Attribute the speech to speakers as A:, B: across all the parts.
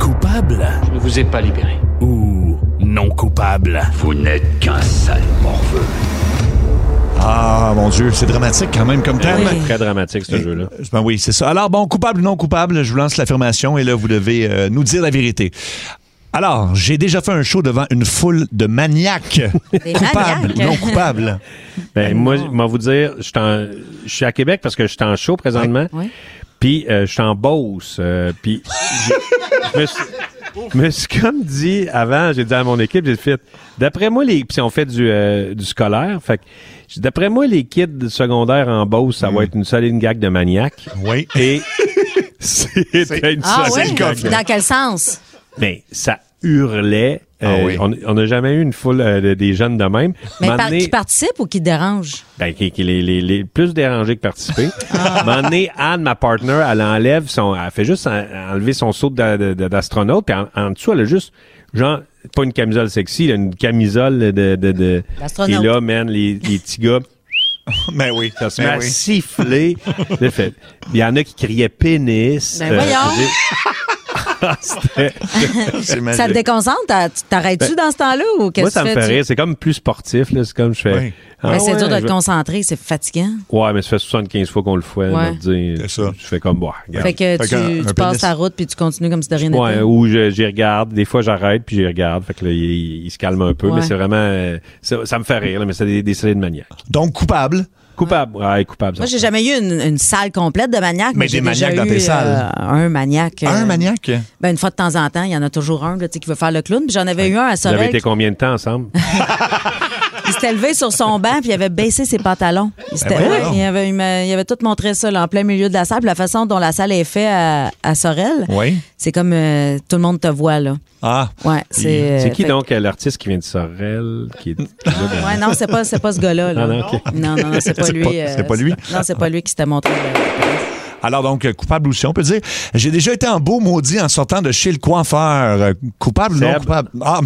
A: coupable
B: Je ne vous ai pas libéré.
A: ou non coupable
B: Vous n'êtes qu'un sale morveux.
C: Ah, mon Dieu, c'est dramatique quand même
D: Eh
C: comme thème.
E: C'est Très dramatique, ce jeu-là.
C: Euh, Ben oui, c'est ça. Alors, bon, coupable ou non coupable, je vous lance l'affirmation et là, vous devez euh, nous dire la vérité. Alors, j'ai déjà fait un show devant une foule de maniaques.
D: Des
C: coupables ou
D: maniaques.
C: non coupables.
E: Ben, moi, je vais vous dire, je suis en- je suis à Québec parce que je suis en show présentement.
D: Ouais. Ouais.
E: Puis euh, je suis en Beauce. euh, puis je je me suis- je me suis comme dit avant, j'ai dit à mon équipe, j'ai fait, d'après moi, les. Puis on fait du, euh, du scolaire. Fait que, j'ai dit, d'après moi, les kids secondaires en Beauce, ça va être une solide gag de maniaque.
C: Hmm. Oui.
E: Et c'était une
D: Ah
E: solide
D: oui?
E: gag de-
D: Dans quel sens?
E: Mais ça hurlait. Euh,
C: Ah oui.
E: on- On n'a jamais eu une foule euh, de- des jeunes de même.
D: Mais
E: M'en
D: par-
E: donné-
D: qui participe ou qui dérange?
E: ben, qui, qui les, les, les plus dérangés que participer.
D: Ah.
E: À un moment donné, Anne, ma partner, elle enlève son, elle fait juste en- enlever son saut d'a- de- de- d'astronaute, puis en, en dessous, elle a juste, genre, pas une camisole sexy, là, une camisole de, de, de
D: D'astronaute.
E: Et là, man, les, les petits gars,
C: Ben oui.
E: ça se met
C: ben
E: à
C: oui.
E: siffler. Là, fait, Il y en a qui criaient pénis. euh,
D: Ben voyons.
E: c'était-
C: C'est
D: Ça te
C: magique.
D: déconcentre? T'as- tu- T'arrêtes-tu
C: Ben,
D: dans ce temps-là ou qu'est-ce
E: moi,
D: que
E: ça
D: tu
E: me
D: fais?
E: fait
D: tu-
E: rire. C'est comme plus sportif, là. C'est comme je fais.
C: Oui.
E: Ah
D: Ben, c'est
E: ouais,
D: dur de
E: je-
D: te concentrer, c'est fatigant.
E: Ouais, mais ça fait 75 fois qu'on le fait.
D: Ouais.
E: on te dit-
C: C'est ça.
E: Je fais comme, bah, regarde.
D: Fait que
C: Fait qu'un-
D: tu, tu
C: un
D: passes
C: pénis.
D: ta route puis tu continues comme si de rien n'était.
E: Ouais, ou je- j'y regarde. Des fois, j'arrête puis j'y regarde. Fait que là, il, il se calme un peu.
D: Ouais.
E: Mais c'est vraiment... euh, Ça, ça me fait rire, là, mais c'est des, des séries de maniaque.
C: Donc, coupable.
E: Coupable. Ouais, coupable. ça.
D: Moi, j'ai jamais eu une, une salle complète de maniaques.
C: Mais
D: j'ai
C: des
D: déjà
C: maniaques dans
D: eu,
C: tes salles.
D: euh, un maniaque. euh,
C: Un maniaque.
D: Ben, une fois de temps en temps, il y en a toujours un là, tu sais, qui veut faire le clown. Puis j'en avais eu un à
E: Vous avez
D: Sorel. Euh,
E: été combien de temps ensemble?
D: Il s'était levé sur son banc puis il avait baissé ses pantalons. Il, s'était-
C: Ben, voyons
D: ouais,
C: donc.
D: il avait, il m'a- il avait tout montré ça là, en plein milieu de la salle. Puis la façon dont la salle est faite à, à Sorel,
C: Oui.
D: c'est comme euh, tout le monde te voit. là.
C: Ah.
D: Ouais, c'est,
E: c'est
D: euh,
E: qui
D: fait-
E: donc euh, l'artiste qui vient de Sorel? Qui est- qui est là dans-
D: Ouais, non, c'est pas, c'est pas ce gars-là. là.
E: Ah non, ok.
D: non, non, non, c'est pas
C: C'est
D: lui.
C: pas-
D: euh,
C: c'est pas lui.
D: Non, c'est pas lui qui s'était montré. euh,
C: Alors, donc, coupable ou si on peut dire. J'ai déjà été en beau maudit en sortant de chez le coiffeur. Euh, Coupable ou non
E: Seb.
C: coupable? Ah,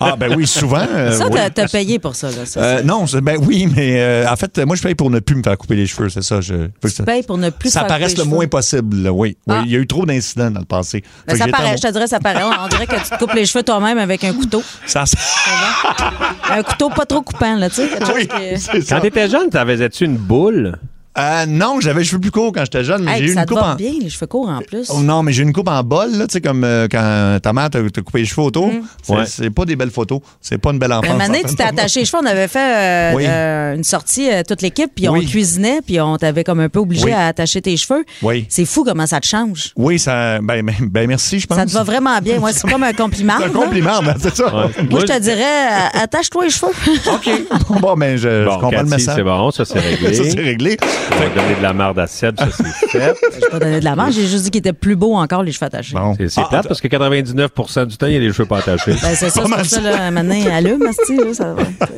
C: Ah, ben oui, souvent. euh,
D: Ça,
C: oui.
D: t'as- t'as payé pour ça. Là, ça.
C: Euh, non, c'est- ben oui, mais euh, en fait, euh, moi, je paye pour ne plus me faire couper les cheveux, c'est ça. Je, faut que
D: Tu payes pour ne Ben, plus
C: ça
D: te faire
C: paraisse
D: couper
C: le
D: les
C: moins
D: cheveux.
C: possible, là, oui. Oui,
D: Ah.
C: Il y a eu trop d'incidents dans le passé.
D: Ben,
C: Fait que
D: ça
C: j'étais en-
D: paraît, je te dirais, ça paraît. On dirait que tu te coupes les cheveux toi-même avec un couteau.
C: Ça-
D: Un couteau pas trop coupant, là, tu sais. quelque chose
C: Oui,
D: que-
C: c'est ça.
E: Quand t'étais jeune, t'avais-tu une boule?
C: Euh, non, j'avais les cheveux plus courts quand j'étais jeune, mais
D: Hey,
C: j'ai eu
D: ça
C: une
D: te
C: coupe
D: va
C: en...
D: bien, les cheveux courts en plus.
C: Oh, non, mais j'ai eu une coupe en bol, là, tu sais, comme euh, quand ta mère t'a t'a coupé les cheveux autour. C'est
E: Ouais.
C: c'est pas des belles photos. C'est pas une belle
D: Mais Mhm. Ben, un
C: enfance.
D: moment donné, tu t'es attaché les cheveux. On avait fait euh,
C: Oui.
D: euh, une sortie, euh, toute l'équipe, puis
C: Oui.
D: on cuisinait, puis on t'avait comme un peu obligé
C: Oui.
D: à attacher tes cheveux.
C: Oui.
D: C'est fou comment ça te change.
C: Oui, ça. Ben, ben, ben, merci, je pense.
D: Ça te va vraiment bien. Ouais, c'est comme un compliment.
C: C'est un
D: là.
C: compliment, ben, c'est ça.
D: Moi, je te dirais, euh, attache-toi les cheveux.
C: OK. Bon, bon, ben, je, je
E: Bon,
C: comprends le
E: Cathy,
C: message.
E: c'est bon, ça c'est réglé.
C: ça, c'est réglé.
E: On va donner de la marde à Seb, ça c'est fait.
D: J'ai pas donné de la marge, j'ai juste dit qu'il était plus beau encore, les cheveux attachés.
C: Bon.
E: C'est, c'est
C: Ah,
E: plate parce que 99% du temps, il y a les cheveux pas attachés.
D: Ben, c'est ça, c'est pour ça, là, maintenant, allume, asti, là, ça va.
E: T'es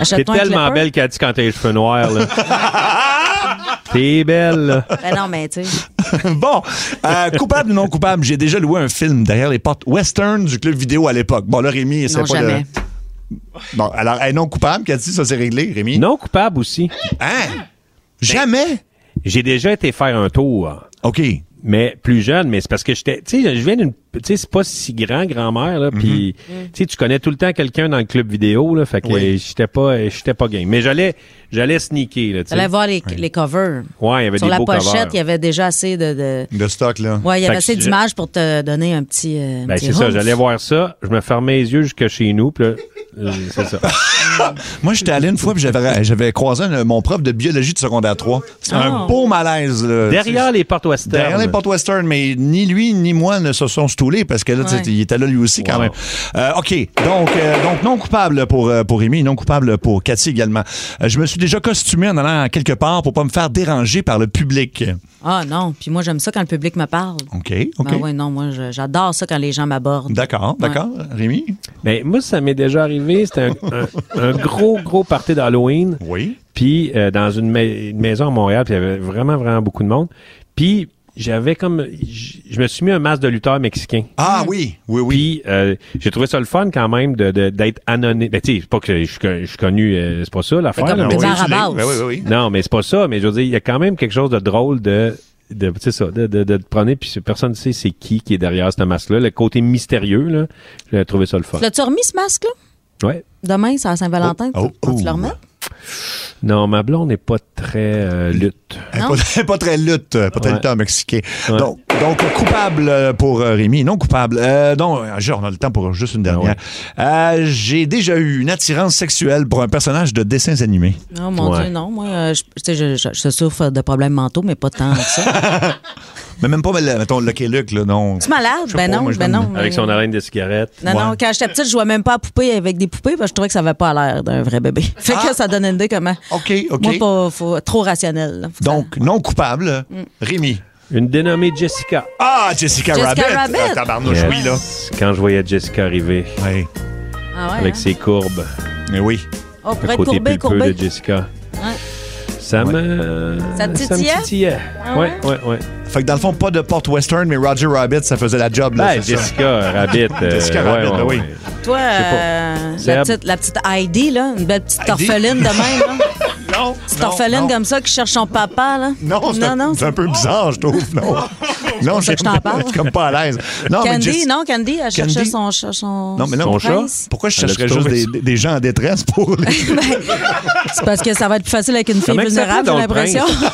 D: Achète-toi un
E: tellement
D: clipper.
E: belle, Cathy, quand t'as les cheveux noirs. Là. T'es belle. là.
D: Ben non, mais tu sais.
C: Bon, euh, coupable ou non coupable, j'ai déjà loué un film derrière les portes western du club vidéo à l'époque. Bon, là, Rémi, c'est
D: Non,
C: pas
D: jamais.
C: le. Bon, alors, hey, non coupable, Cathy, ça c'est réglé, Rémi.
E: Non coupable aussi.
D: Ah!
C: Hein? Jamais?
E: J'ai déjà été faire un tour,
C: OK.
E: mais plus jeune, mais c'est parce que j'étais, tu sais, je viens d'une, tu sais, c'est pas si grand grand-mère là,
C: Mhm.
E: puis tu sais, tu connais tout le temps quelqu'un dans le club vidéo là, fait que
C: Oui.
E: euh, j'étais pas, euh, j'étais pas game. Mais j'allais, j'allais sneaker là, tu
D: T'allais
E: sais.
D: voir les, les covers.
E: Ouais, il y avait
D: Sur
E: des
D: la
E: beaux
D: pochette,
E: covers.
D: il y avait déjà assez de. de...
C: Le stock, là.
D: Ouais, il y
E: Fait
D: avait
E: que
D: assez
E: je-
D: d'images pour te donner un petit. euh,
E: Ben
D: petit
E: c'est ça,
D: oomph.
E: j'allais voir ça, je me fermais les yeux jusque chez nous, puis là, euh, c'est ça.
C: Moi, j'étais allé une fois, puis j'avais, j'avais croisé un- mon prof de biologie de secondaire 3. C'est un
D: Oh.
C: beau malaise, là.
E: Derrière les portes western.
C: Derrière les portes western, mais ni lui ni moi ne se sont stoulés parce que là, tu sais,
D: Ouais.
C: il était là lui aussi quand
E: Wow.
C: même. Euh, OK. Donc, euh, donc, non coupable pour, euh, pour Rémi, non coupable pour Cathy également. Euh, je me suis déjà costumé en allant quelque part pour pas me faire déranger par le public.
D: Ah non, puis moi, j'aime ça quand le public me parle.
C: OK, OK.
D: Ah ouais, non, moi, je- j'adore ça quand les gens m'abordent.
C: D'accord, d'accord. Rémi?
E: Ben, moi, ça m'est déjà arrivé. C'était un, un- un gros, gros party d'Halloween.
C: Oui.
E: Puis, euh, dans une, ma- une maison à Montréal, puis il y avait vraiment, vraiment beaucoup de monde. Puis, j'avais comme... j- Je me suis mis un masque de lutteur mexicain.
C: Ah oui, oui, oui.
E: Puis, euh, j'ai trouvé ça le fun quand même de, de- d'être anonyme. Ben, tu sais, c'est pas que je, suis con- je suis connu, euh, c'est pas ça l'affaire.
D: comme
E: là,
D: le
E: mais-
D: bar à
C: Ah tu l'es.
D: base.
C: Ben oui, oui, oui.
E: Non, mais c'est pas ça. Mais je veux dire, il y a quand même quelque chose de drôle de de, c'est ça, de, de, de te promener, puis c'est- personne ne sait c'est qui qui est derrière ce masque-là. Le côté mystérieux, là, j'ai trouvé ça le fun.
D: L'as-tu remis ce masque-là?
E: Ouais.
D: Demain, c'est à Saint-Valentin.
C: Oh, oh,
D: Faut que tu le
C: oh.
D: remets?
E: Non, ma blonde n'est pas très euh, lutte.
D: Non?
C: Eh, Pas, pas très lutte, euh, pas très
E: Ouais.
C: lutteur mexicain.
E: Ouais.
C: Donc, donc, coupable euh, pour euh, Rémi, non coupable. Euh, non, euh, genre, on a le temps pour juste une dernière. Euh, J'ai déjà eu une attirance sexuelle pour un personnage de dessins animés.
D: Non, Oh, mon
E: Ouais.
D: Dieu, non. Moi, euh, je, tu sais, je, je- je souffre de problèmes mentaux, mais pas tant que ça.
C: Mais même pas, mais, le- mettons, Lucky Luke, là, non.
D: tu es malade?
C: Je sais
D: Ben
C: pas,
D: non,
C: moi, je
D: ben
C: donne-
D: non. mais-
E: Avec son arène de cigarettes.
D: Non, non,
C: Ouais.
D: quand j'étais petite, je jouais même pas à poupée avec des poupées parce que je trouvais que ça avait pas l'air d'un vrai bébé. Fait que ça donne une idée comment.
C: OK, Ah! OK.
D: Moi, pas, Mm. faut- trop rationnel. là. Faut
C: Donc, non coupable, Rémi.
E: Une dénommée Jessica.
C: Ah, Jessica,
D: Jessica
C: Rabbit.
D: Rabbit.
C: Ah, tabarnouche,
E: Yes.
C: oui, là.
E: Quand je voyais Jessica arriver
C: Oui,
D: que- Ah ouais,
E: avec
D: hein?
E: ses courbes,
C: mais oui.
D: Oh, pour
E: le
D: être
E: côté
D: courbé,
E: pulpeux
D: courbé.
E: de Jessica,
D: Ouais.
E: ça me... euh,
D: Ça te
E: me
D: titillait? Ah
E: titillait. Ouais, ouais, ouais.
C: Fait que dans le fond, pas de Port Western, mais Roger Rabbit, ça faisait la job, là.
E: Ben,
C: c'est ça.
E: Jessica Rabbit. euh,
C: Jessica
E: ouais,
C: Rabbit,
E: ouais,
C: ben oui.
E: ouais.
D: Toi, euh,
E: Seb.
D: la, petite, la petite Heidi, là, une belle petite
C: Heidi.
D: orpheline de même. Là.
C: Non,
D: Petite
C: non,
D: orpheline
C: non.
D: comme ça qui cherche son papa. Là.
C: Non, c'est
D: non, non.
C: un, c'est un peu bizarre, je trouve. Non, non,
D: ça que je t'en parle.
C: suis comme pas à l'aise. Non, mais
D: Candy,
C: Jess-
D: non, Candy, elle
C: Candy.
D: cherchait son, ch- son,
C: Non, mais non.
E: Son chat?
D: prince.
C: Pourquoi je
E: Elle
C: chercherais
E: a-tu
C: juste
E: trouvé
C: des, des gens en détresse pour les...
D: C'est parce que ça va être plus facile avec une fille
E: Comment il s'appelait
D: vulnérable, j'ai
E: dans le
D: l'impression.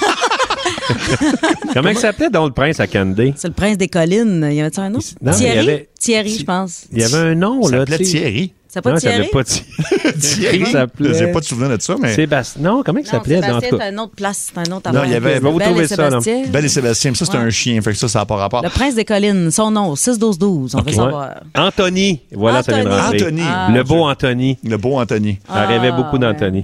E: Comment il s'appelait dans le prince à Candy?
D: C'est le prince des collines. Il y avait-tu un nom?
E: Non, mais il y
D: Thierry?
E: avait-
D: Thierry, je pense.
E: Il y avait un nom,
C: On
E: là,
C: l'appelait
E: tu sais.
C: Thierry.
D: C'est pas
E: non, il
D: Thierry?
E: s'appelait pas Thierry.
C: Thierry?
E: Il s'appelait-
C: J'ai pas de souvenir de ça, mais...
E: Sébastien. Non, comment il
D: Non,
E: s'appelait? dans- en
D: Sébastien,
E: tout
D: c'est
E: cas?
D: une autre place, c'est un autre
C: Non,
D: affaire.
C: il y avait-
D: Belle
E: Vous
D: et
E: trouvez ça, là.
D: Sébastien.
C: Belle Ben et Sébastien, mais ça, c'est
D: Ouais.
C: un chien, fait que ça, ça n'a pas rapport.
D: Le prince des collines, son nom, 6-12-12, on veut savoir.
E: Ouais. Anthony. Voilà, ça vient de
D: Anthony.
E: rentrer.
C: Anthony.
D: Ah.
E: Le beau Anthony.
C: Le beau Anthony.
E: Elle rêvait beaucoup
D: ouais.
E: d'Anthony.